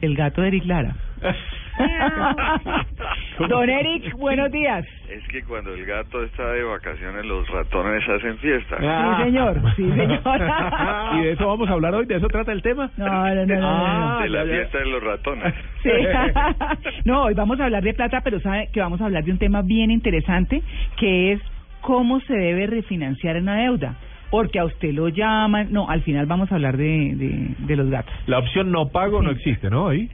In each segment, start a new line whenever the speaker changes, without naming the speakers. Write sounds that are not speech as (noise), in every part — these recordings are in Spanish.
El gato de Eric
(laughs)
Lara. Don Eric, buenos días.
Es que cuando el gato está de vacaciones, los ratones hacen fiesta.
Sí, señor. Sí, señor.
Ah. (laughs) Y de eso vamos a hablar hoy, de eso trata el tema.
No, no, no, no, no.
Ah,
de la
ya, ya.
fiesta de los ratones.
Sí. (laughs) No, hoy vamos a hablar de plata, pero sabe que vamos a hablar de un tema bien interesante, que es cómo se debe refinanciar una deuda. Porque a usted lo llaman. No, al final vamos a hablar de, de, de los gatos.
La opción no pago no existe, ¿no? Ahí.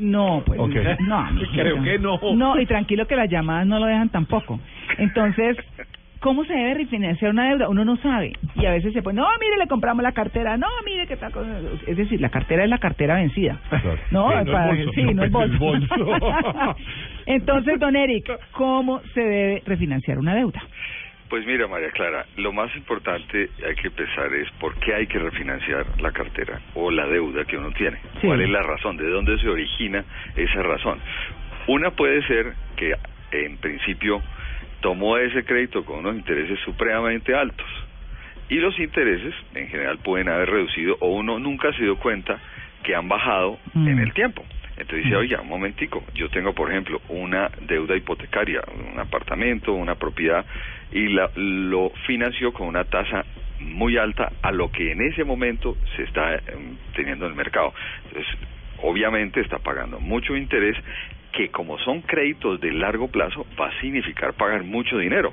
No, pues
Ok.
no. no.
Creo que no.
No, y tranquilo que las llamadas no lo dejan tampoco. Entonces, ¿cómo se debe refinanciar una deuda? Uno no sabe. Y a veces se pone, no, mire, le compramos la cartera, no, mire, qué tal cosa. Es decir, la cartera es la cartera vencida.
Claro.
No,
Sí, no el
para-
bolso,
sí,
no
no el
el
bolso.
bolso.
(laughs) Entonces, don Eric, ¿cómo se debe refinanciar una deuda?
Pues mira, María Clara, lo más importante hay que pensar es por qué hay que refinanciar la cartera o la deuda que uno tiene.
Sí.
¿Cuál es la razón? ¿De dónde se origina esa razón? Una puede ser que en principio tomó ese crédito con unos intereses supremamente altos y los intereses en general pueden haber reducido o uno nunca se dio cuenta que han bajado
Mm.
en el tiempo. Entonces dice, oiga, un momentico, yo tengo, por ejemplo, una deuda hipotecaria, un apartamento, una propiedad, y la, lo financió con una tasa muy alta a lo que en ese momento se está eh, teniendo en el mercado. Entonces, obviamente está pagando mucho interés, que como son créditos de largo plazo, va a significar pagar mucho dinero.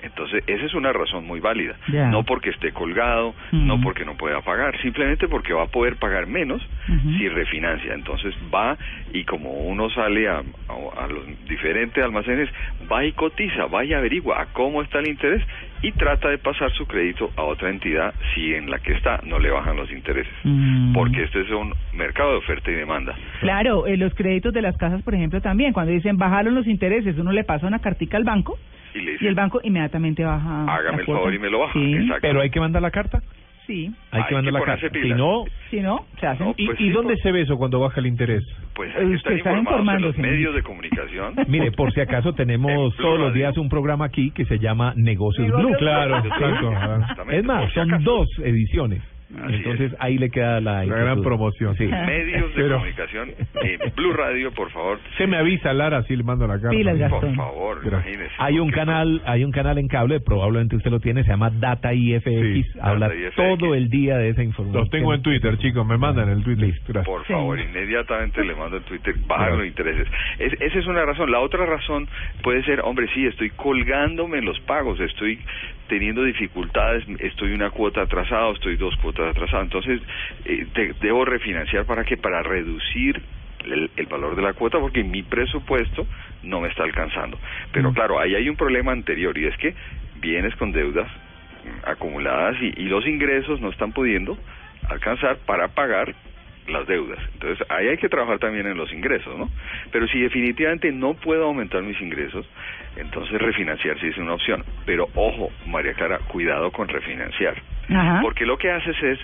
Entonces, esa es una razón muy válida.
Ya.
No porque esté colgado,
Mm.
no porque no pueda pagar, simplemente porque va a poder pagar menos
Ujú.
si refinancia. Entonces va y como uno sale a, a- a los diferentes almacenes, va y cotiza, va y averigua a cómo está el interés y trata de pasar su crédito a otra entidad si en la que está no le bajan los intereses.
Mm.
Porque este es un mercado de oferta y demanda.
Claro, eh, los créditos de las casas, por ejemplo, también, cuando dicen bajaron los intereses, uno le pasa una cartica al banco
Y le
y el
dicen,
banco inmediatamente baja. la
hágame el
cuota.
favor y me lo baja.
Sí,
Exacto.
Pero hay que mandar la carta.
sí.
Hay
Hay
que mandar
que
la
ponerse
carta. Si
pilas.
no,
Si no, se hace.
No,
¿y,
Pues
y
sí,
dónde
por-
se ve eso cuando baja el interés?
pues hay que estar
Usted está
informados de
informándose,
los
señor.
medios de comunicación.
Mire, por si acaso tenemos
(laughs) En Blue
todos los
Radio.
días un programa aquí que se llama Negocios
Negocios
Blue.
Blue. Claro,
exacto.
Es
Por
más,
si
son
acaso.
dos ediciones.
Así
Entonces ahí le queda la
Una gran
inquietud.
promoción. (laughs)
Sí.
medios de
Pero-
comunicación en Blue Radio, por favor.
Se me avisa, Lara, si le mando la carta.
Pilas, Gastón.
Por favor,
Pero
imagínese.
Hay un
porque-
canal, hay un canal en cable, probablemente usted lo tiene, se llama Data IFX,
Sí,
habla
Data IFX.
todo el día de esa información.
Los tengo en Twitter, chicos. Me mandan el Twitter. Gracias.
Por
Sí.
favor, inmediatamente le mando en Twitter, bajar los
Claro.
intereses. Es- esa es una razón. La otra razón puede ser, hombre, sí, estoy colgándome en los pagos, estoy teniendo dificultades, estoy una cuota atrasada, estoy dos cuotas atrasadas. Entonces, eh, te- debo refinanciar para que para reducir el, el valor de la cuota porque mi presupuesto no me está alcanzando. Pero claro, ahí hay un problema anterior y es que vienes con deudas mm, acumuladas y, y los ingresos no están pudiendo alcanzar para pagar las deudas. Entonces, ahí hay que trabajar también en los ingresos, ¿no? Pero si definitivamente no puedo aumentar mis ingresos, entonces refinanciar sí es una opción. Pero ojo, María Clara, cuidado con refinanciar.
Ajá.
Porque lo que haces es,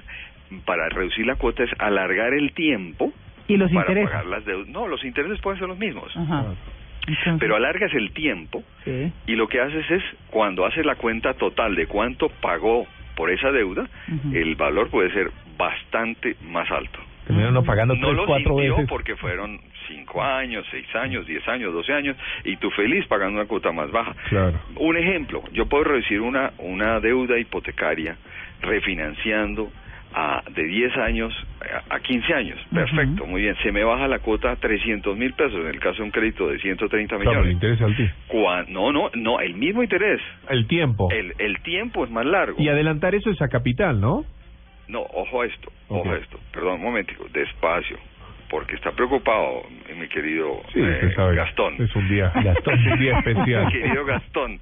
para reducir la cuota, es alargar el tiempo
Y los
para
intereses. Ah.
pagar las deudas. No, los intereses pueden ser los mismos,
Ajá.
Ah.
Entonces,
pero alargas el tiempo
sí.
y lo que haces es, cuando haces la cuenta total de cuánto pagó por esa deuda,
Ujú.
el valor puede ser bastante más alto.
Terminan uno pagando
Mm, No
tres,
lo
cuatro
sintió
veces.
porque fueron cinco años, seis años, 10 años, 12 años, y tú feliz pagando una cuota más baja.
Claro.
Un ejemplo, yo puedo reducir una, una deuda hipotecaria refinanciando a, de 10 años a, a 15 años. Perfecto, muy bien. Se me baja la cuota a 300 mil pesos en el caso de un crédito de 130
Claro, le
millones.
interesa el, ti-
Cuan- no, no, no, el mismo interés.
el tiempo.
El, el tiempo es más largo.
Oh. Y adelantar eso es a capital, ¿no?
No, ojo a esto,
Ok.
ojo a esto. Perdón, un momentico, despacio, porque está preocupado eh, mi querido eh,
usted sabe.
Gastón.
Es un día.
Gastón.
(laughs)
Es un día
Mi
especial.
querido Gastón,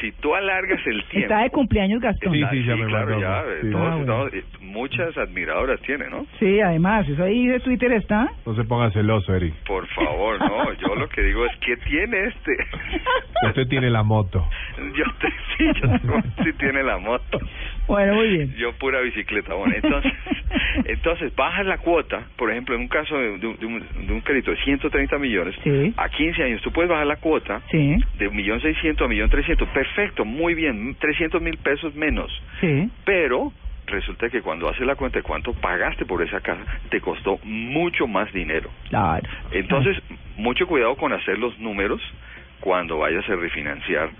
si tú alargas el tiempo...
Está de cumpleaños Gastón.
Sí,
Ah,
sí, ya me
claro,
mandó.
ya, eh,
Sí.
todos
Ah,
estamos- eh, muchas admiradoras tiene, ¿no?
Sí, además, eso ahí de Twitter
(laughs)
está.
No se ponga celoso, Eric.
Por favor, no, yo lo que digo es, ¿qué tiene este? (laughs)
Usted tiene la moto.
Yo te, (laughs) sí, yo te- sí tiene la moto.
Bueno, muy bien.
Yo pura bicicleta, bueno,
(laughs)
entonces, entonces bajas la cuota, por ejemplo, en un caso de, de un- de un, de un crédito de 130 millones,
Sí.
a 15 años tú puedes bajar la cuota
Sí,
de 1.600.000 a 1.300.000, perfecto, muy bien, 300 mil pesos menos,
sí.
pero resulta que cuando haces la cuenta de cuánto pagaste por esa casa, te costó mucho más dinero.
Claro.
Entonces, mucho cuidado con hacer los números cuando vayas a refinanciar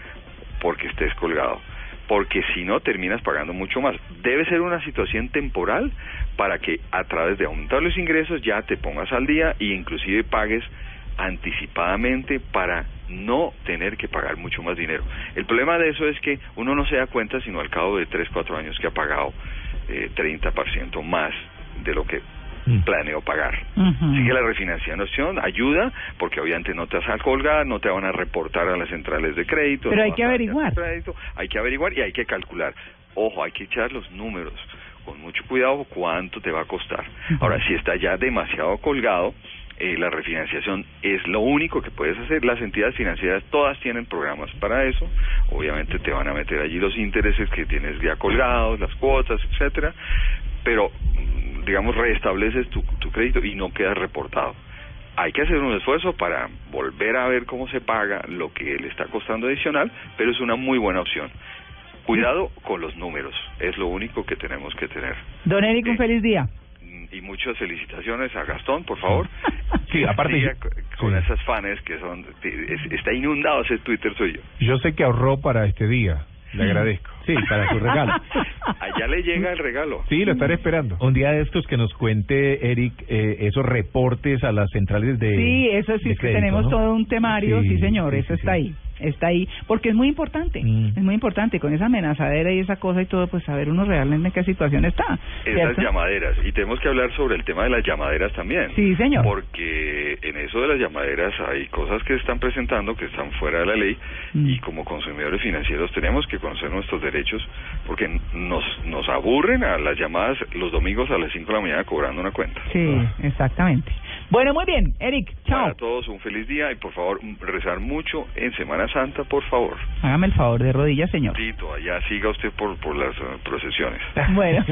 porque estés colgado. Porque si no, terminas pagando mucho más. Debe ser una situación temporal para que a través de aumentar los ingresos ya te pongas al día e inclusive pagues anticipadamente para no tener que pagar mucho más dinero. El problema de eso es que uno no se da cuenta sino al cabo de 3, 4 años que ha pagado eh, 30% más de lo que
Mm.
planeó pagar.
Ujú.
Así que la refinanciación ayuda porque obviamente no te vas a colgar, no te van a reportar a las centrales de crédito.
Pero
no
hay
vas
que
a dañar
averiguar.
tu crédito, hay que averiguar y hay que calcular. Ojo, hay que echar los números con mucho cuidado cuánto te va a costar. Ahora, si está ya demasiado colgado, eh, la refinanciación es lo único que puedes hacer. Las entidades financieras todas tienen programas para eso. Obviamente te van a meter allí los intereses que tienes ya colgados, las cuotas, etcétera. Pero, mm, digamos, restableces tu, tu crédito y no quedas reportado. Hay que hacer un esfuerzo para volver a ver cómo se paga lo que le está costando adicional, pero es una muy buena opción. Cuidado con los números, es lo único que tenemos que tener.
Don Eric, un
Sí.
feliz día.
Mm, Y muchas felicitaciones a Gastón, por favor.
(laughs) Sí, aparte-
Siga co- con
sí.
esas fans que son. es- está inundado ese Twitter suyo.
Yo sé que ahorró para este día. Le agradezco.
Sí, para
(laughs)
(laughs)
su regalo.
Allá le llega el regalo.
Sí, lo estaré esperando.
Un día de estos que nos cuente, Eric, eh, esos reportes a las centrales de.
Sí, eso sí,
de
es que
crédito,
tenemos
¿no?
todo un temario, sí, señor,
sí,
eso
sí,
está
sí.
ahí, está ahí, porque es muy importante,
Mm.
es muy importante, con esa amenazadera y esa cosa y todo, pues saber uno realmente en qué situación está.
Esas
¿cierto?
llamaderas. Y tenemos que hablar sobre el tema de las llamaderas también.
Sí, señor.
Porque en eso de las llamaderas hay cosas que están presentando que están fuera de la ley
Mm.
y como consumidores financieros tenemos que conocer nuestros derechos porque n- nos, nos aburren a las llamadas los domingos a las 5 de la mañana cobrando una cuenta.
Sí, exactamente. Bueno, muy bien, Eric, chao.
Para todos un feliz día y por favor m- rezar mucho en Semana Santa, por favor.
Hágame el favor de rodillas, señor. (laughs)
Tito, allá siga usted por, por las eh, procesiones.
Bueno.